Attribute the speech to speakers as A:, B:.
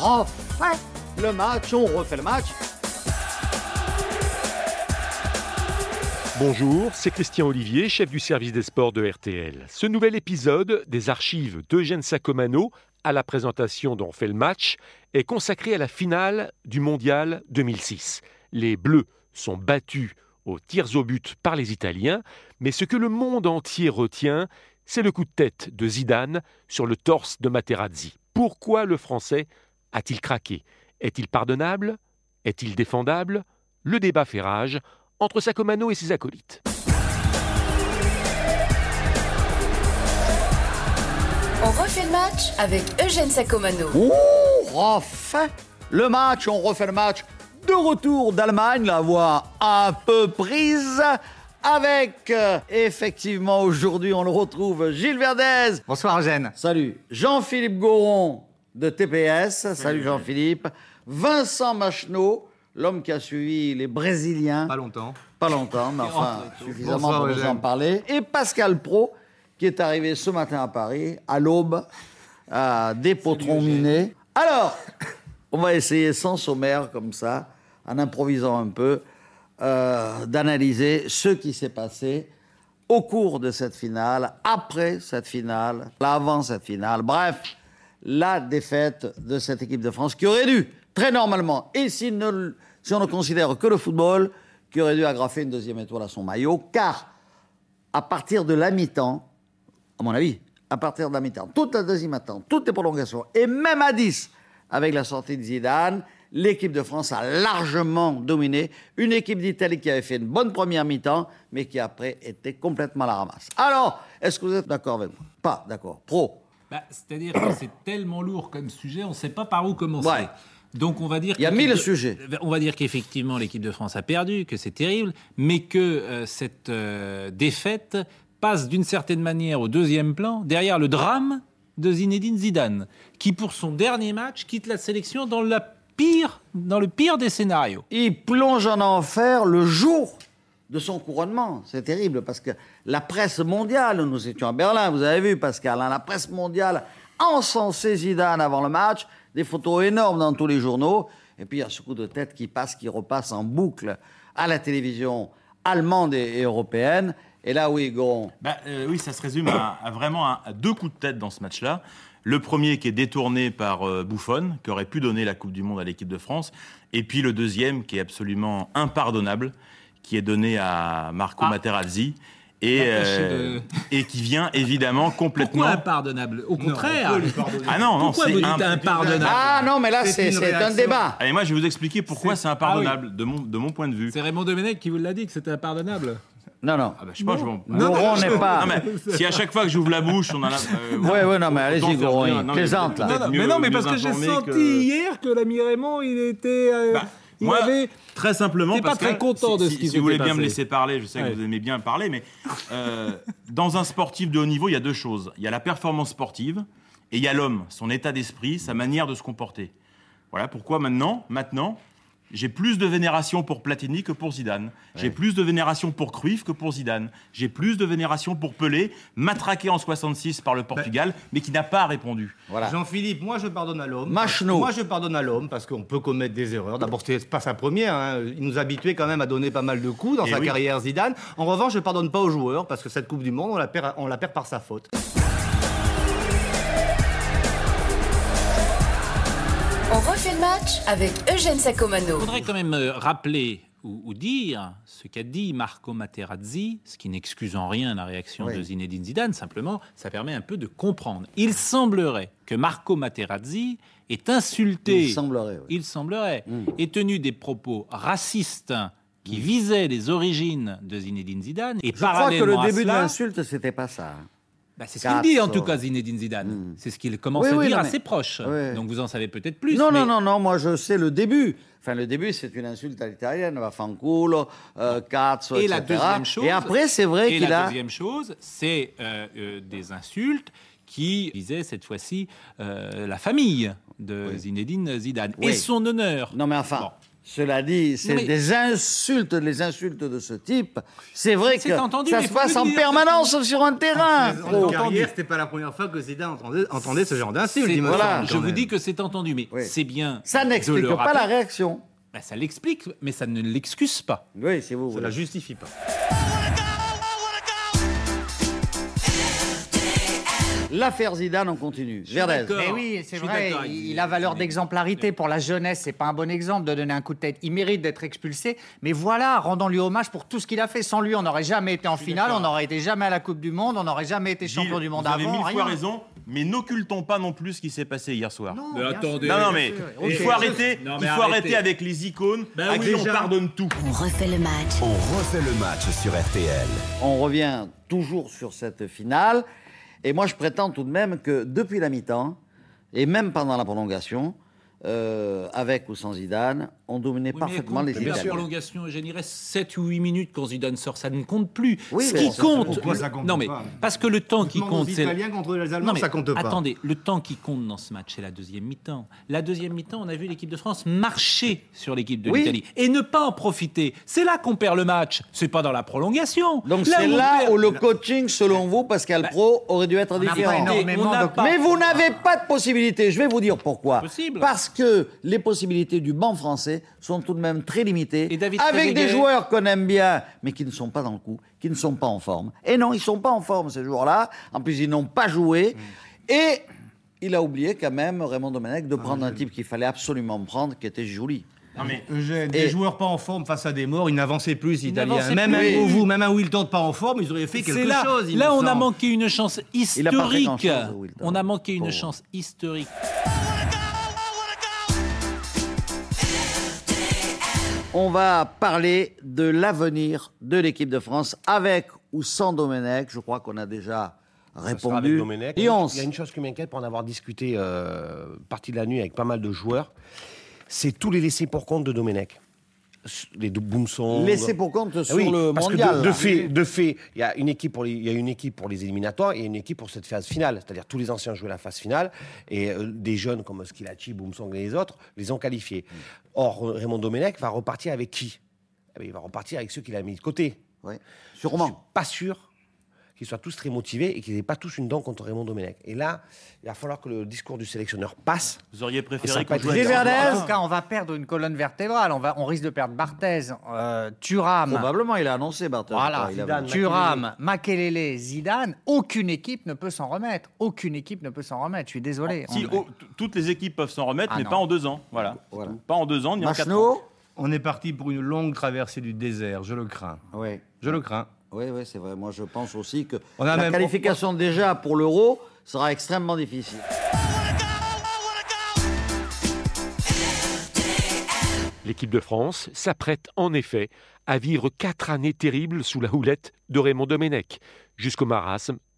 A: refait le match, on refait le match.
B: Bonjour, c'est Christian Olivier, chef du service des sports de RTL. Ce nouvel épisode des archives d'Eugène Sacomano à la présentation d'On fait le match est consacré à la finale du mondial 2006. Les Bleus sont battus aux tirs au but par les Italiens, mais ce que le monde entier retient, c'est le coup de tête de Zidane sur le torse de Materazzi. Pourquoi le Français a-t-il craqué Est-il pardonnable Est-il défendable Le débat fait rage entre Sacomano et ses acolytes.
C: On refait le match avec Eugène Sacomano.
A: Ouh, refait le match, on refait le match. De retour d'Allemagne, la voix un peu prise. Avec, euh, effectivement, aujourd'hui, on le retrouve, Gilles Verdez.
D: Bonsoir Eugène.
A: Salut. Jean-Philippe Goron de TPS. Salut Jean-Philippe. Vincent Macheneau, l'homme qui a suivi les Brésiliens.
D: Pas longtemps.
A: Pas longtemps, mais enfin, suffisamment
D: Bonsoir,
A: pour nous en
D: Eugène.
A: parler. Et Pascal Pro, qui est arrivé ce matin à Paris, à l'aube, à des potrons minés. Alors, on va essayer sans sommaire, comme ça, en improvisant un peu, euh, d'analyser ce qui s'est passé au cours de cette finale, après cette finale, avant cette finale. Bref, la défaite de cette équipe de France qui aurait dû, très normalement, et si, ne- si on ne considère que le football, qui aurait dû agrafer une deuxième étoile à son maillot, car à partir de la mi-temps, à mon avis, à partir de la mi-temps, toute la deuxième mi-temps, toutes les prolongations, et même à 10, avec la sortie de Zidane, l'équipe de France a largement dominé une équipe d'Italie qui avait fait une bonne première mi-temps, mais qui après était complètement à la ramasse. Alors, est-ce que vous êtes d'accord avec moi Pas d'accord. Pro.
E: Bah, C'est-à-dire que c'est tellement lourd comme sujet, on ne sait pas par où commencer.
A: Ouais.
E: Donc on va dire
A: Il y a
E: que-
A: mille sujets.
E: On va dire qu'effectivement l'équipe de France a perdu, que c'est terrible, mais que euh, cette euh, défaite passe d'une certaine manière au deuxième plan derrière le drame de Zinedine Zidane, qui pour son dernier match quitte la sélection dans la pire, dans le pire des scénarios.
A: Il plonge en enfer le jour de son couronnement. C'est terrible parce que la presse mondiale, nous étions à Berlin, vous avez vu Pascal, hein, la presse mondiale encensait Zidane avant le match, des photos énormes dans tous les journaux, et puis il y a ce coup de tête qui passe, qui repasse en boucle à la télévision allemande et et européenne. Et là, oui, Goron,
F: Bah, euh, oui, ça se résume à, à vraiment un- à deux coups de tête dans ce match-là. Le premier qui est détourné par euh, Buffon, qui aurait pu donner la Coupe du Monde à l'équipe de France. Et puis le deuxième qui est absolument impardonnable, qui est donné à Marco
E: Ah.
F: Materazzi. Et,
E: Empêché
F: euh,
E: de-
F: et qui vient évidemment complètement.
E: Pourquoi impardonnable Au contraire.
F: ah non, non,
E: Pourquoi vous
F: c'est
E: dites
F: imp-
E: impardonnable
A: Ah non, mais là,
D: C'est
A: c'est
D: une
A: c'est un
D: réaction.
A: débat.
F: Allez, moi je vais vous expliquer pourquoi
E: C'est- Ah
F: c'est impardonnable de, mon, de mon point de vue.
E: C'est Raymond Domenech qui vous l'a dit que c'était impardonnable.
A: Non, non.
F: Ah bah, je sais pas, je vais en-
A: Goron n'est pas.
F: Non, mais si à chaque fois que j'ouvre la bouche, on en a. euh,
A: Ouais, ouais, non, mais
F: autant
A: allez-y,
F: faire
A: Goron,
F: venir-
A: il
F: non,
A: plaisante, là.
E: Non, non,
F: peut-être
E: Ah, mais
F: mieux-
E: non, mais
F: mieux
E: parce que j'ai
F: informé
E: senti
F: que-
E: hier que l'ami Raymond, il était. euh,
F: Bah,
E: il
F: moi,
E: avait.
F: très simplement
E: t'es pas
F: parce que
E: très content
F: si-
E: de
F: si-
E: ce qui
F: si vous voulez
E: s'était
F: bien me
E: passé.
F: laisser parler je sais
E: Ouais.
F: que vous aimez bien parler mais euh, dans un sportif de haut niveau il y a deux choses il y a la performance sportive et il y a l'homme son état d'esprit sa manière de se comporter voilà pourquoi maintenant maintenant j'ai plus de vénération pour Platini que pour Zidane. J'ai plus de vénération pour Cruyff que pour Zidane. J'ai plus de vénération pour Pelé, matraqué en 66 par le
E: Bah
F: Portugal, mais qui n'a pas répondu.
A: Voilà.
D: Jean-Philippe, moi je pardonne à l'homme.
A: Macheneau.
D: Moi je pardonne à l'homme parce qu'on peut commettre des erreurs. D'abord, c'est pas sa première. hein. Il nous habituait quand même à donner pas mal de coups dans
F: Eh
D: sa
F: oui.
D: carrière Zidane. En revanche, je pardonne pas aux joueurs parce que cette Coupe du Monde, on la perd, on la perd par sa faute.
C: On refait le match avec Eugène Sacomano.
E: Je voudrais quand même euh, rappeler ou, ou dire ce qu'a dit Marco Materazzi, ce qui n'excuse en rien la réaction
A: Oui.
E: de Zinedine Zidane, simplement, ça permet un peu de comprendre. Il semblerait que Marco Materazzi est insulté.
A: Il semblerait, oui.
E: il Mmh. semblerait, ait tenu des propos racistes qui visaient les origines de Zinedine Zidane. Et
A: Je crois que
E: parallèlement
A: le
E: à
A: début de
E: cela-
A: l'insulte, c'était pas ça. hein.
E: Bah, c'est ce qu'il dit en tout
A: Cazzo.
E: cas Zinedine Zidane. C'est ce qu'il commence
A: Mmh. Oui,
E: à
A: oui,
E: dire
A: non,
E: à
A: mais-
E: ses proches.
A: Oui.
E: Donc vous en savez peut-être plus.
A: Non, non,
E: mais-
A: non, non, moi je sais le début. Enfin, le début, c'est une insulte à l'italienne, va fanculo, euh, cazzo,
E: Et
A: etc.
E: la deuxième chose.
A: Et après, c'est vrai
E: et
A: qu'il
E: la
A: a.
E: deuxième chose, c'est euh, euh, des insultes qui visaient cette fois-ci euh, la famille de Zinedine Zidane
A: Oui.
E: et son honneur.
A: Non, mais enfin,
E: Bon.
A: Cela dit, c'est
E: mais-
A: des insultes, les insultes de ce type. C'est vrai
E: C'est
A: que
E: entendu,
A: ça
E: mais
A: se
E: faut
A: passe
E: le
A: en
E: dire,
A: permanence sur un terrain.
D: En
A: Oh.
D: carrière, c'était pas la première fois que Zidane entendait, entendait ce genre d'insulte.
E: C'est-
D: il me
A: voilà.
D: semble,
E: Je
D: quand
E: vous
D: même.
E: dis que c'est entendu, mais
A: Oui.
E: c'est bien.
A: Ça
E: de
A: n'explique
E: le
A: pas
E: rappeler.
A: la réaction.
E: Bah, ça l'explique, mais ça ne l'excuse pas.
A: Oui, si vous
D: Ça
A: voulez.
D: la justifie pas.
A: L'affaire Zidane, on continue.
E: suis
A: Verdez.
E: d'accord.
G: Mais oui,
E: Je
G: c'est
E: suis
G: vrai,
E: d'accord,
G: il,
E: il-
G: il a valeur d'exemplarité pour la jeunesse, c'est pas un bon exemple de donner un coup de tête. Il mérite d'être expulsé, mais voilà, rendons-lui hommage pour tout ce qu'il a fait. Sans lui, on n'aurait jamais été en finale, on n'aurait été jamais à la Coupe du Monde, on n'aurait jamais été champion
F: Gilles,
G: du monde
F: vous avez
G: avant.
F: mille
G: rien.
F: fois raison, mais n'occultons pas non plus ce qui s'est passé hier soir.
G: Non,
E: Mais
G: bien sûr.
E: attendez.
F: Non,
E: Bien
F: non, mais
G: sûr,
F: il
G: ok.
F: faut arrêter,
E: Non, mais
F: il faut
E: arrêtez.
F: arrêter avec les icônes
E: Ben
F: à
E: oui,
F: qui on
E: déjà.
F: pardonne tout.
H: On refait le match.
I: On refait le match sur RTL.
A: On revient toujours sur cette finale. Et moi, je prétends tout de même que depuis la mi-temps, et même pendant la prolongation, euh, avec ou sans Zidane, on dominait
E: Oui, mais
A: parfaitement
E: compte
A: les
E: plus. La
A: Italiens.
E: prolongation, Eugène, il reste 7 ou 8 minutes quand Zidane sort, ça ne compte plus.
A: Oui,
E: Ce
A: mais
E: qui
A: ça, ça
E: compte,
D: pourquoi ça compte
E: non mais
D: pas
E: parce que le temps qui
D: Demande aux
E: compte, c'est
D: Italiens contre les Allemands,
E: mais
D: ça compte pas.
E: Attendez, le temps qui compte dans ce match, c'est la deuxième mi-temps. La deuxième mi-temps, on a vu l'équipe de France marcher sur l'équipe de
A: Oui.
E: l'Italie et ne pas en profiter. C'est là qu'on perd le match. C'est pas dans la prolongation.
A: Donc
E: Là
A: c'est
E: où on
A: là
E: perd-
A: où le coaching, selon vous, Pascal Pro, aurait dû être
E: on n'a
A: différent.
E: pas été-
G: énormément
E: on n'a
G: de-
E: pas-
A: Ah, Mais vous n'avez pas de possibilité. Je vais vous dire pourquoi.
E: Possible.
A: Parce que les possibilités du banc français sont tout de même très limitées.
E: Et David
A: avec
E: Trezeguet
A: des joueurs qu'on aime bien, mais qui ne sont pas dans le coup, qui ne sont pas en forme. Et non, ils ne sont pas en forme ces joueurs-là. En plus, ils n'ont pas joué.
J: Hmm.
A: Et il a oublié quand même, Raymond Domenech,
J: Ah,
A: de prendre un type qu'il fallait absolument prendre, qui était joli.
F: Non, mais
D: Eugène, Euh, des
A: Et-
D: joueurs pas en forme face à des morts, ils n'avançaient plus, les Italiens.
E: n'avançaient
D: Même un
E: plus.
D: Bouvou, même un Wilton pas en forme, ils auraient fait quelque
E: C'est là,
D: chose. il
E: là
D: me
E: on a
D: semble.
E: manqué une
A: Il
E: chance
A: a pas fait
E: historique.
A: grand-chose, Wilton.
E: On a manqué une
A: Pauvre.
E: chance historique.
A: On va parler de l'avenir de l'équipe de France avec ou sans Domenech. Je crois qu'on a déjà
J: Ça sera avec
A: répondu.
J: Domenech. hein.
A: Et on
J: Il y a une chose qui m'inquiète pour en avoir discuté euh, partie de la nuit avec pas mal de joueurs, c'est tous les laissés pour compte de Domenech. S- Les dou- Boumson.
A: laissé pour compte
J: Ah
A: sur
J: oui,
A: le
J: parce que de-
A: mondial.
J: de,
A: là.
J: fait, de fait, il y a une équipe pour les, il y a une équipe pour les éliminatoires et une équipe pour cette phase finale. C'est-à-dire tous les anciens jouaient la phase finale et euh, des jeunes comme Skilacci, Boumsong et les autres les ont qualifiés. Or euh, Raymond Domenech va repartir avec qui Eh bien, Il va repartir avec ceux qu'il a mis de côté.
A: Ouais,
J: Je
A: Sûrement.
J: suis pas sûr qu'ils soient tous très motivés et qu'ils n'aient pas tous une dent contre Raymond Domenech. Et là, il va falloir que le discours du sélectionneur passe.
F: vous auriez
J: Et ça
F: préféré
J: peut
F: qu'on
J: être
F: joue à
A: Gilles Verdez.
G: En tout cas, on va perdre une colonne vertébrale. On, va, on risque de perdre Barthez, euh, Thuram,
A: Probablement, il a annoncé, Barthez.
G: Voilà,
A: Il a-
J: Zidane.
G: Thuram, Makelele, Zidane. Aucune équipe ne peut s'en remettre. Aucune équipe ne peut s'en remettre. Je suis désolé.
F: Si,
G: On-
F: oh, t- toutes les équipes peuvent s'en remettre,
G: Ah,
F: mais
G: non.
F: pas en deux ans. Voilà.
A: Voilà.
F: Pas en deux ans, ni en quatre ans.
A: Masno
D: On est parti pour une longue traversée du désert, je le crains.
A: Oui,
D: Je le crains.
A: oui, oui, c'est vrai. Moi, je pense aussi que
D: On
A: la
D: a même-
A: qualification déjà pour l'euro sera extrêmement difficile.
B: L'équipe de France s'apprête en effet à vivre quatre années terribles sous la houlette de Raymond Domenech, jusqu'au marasme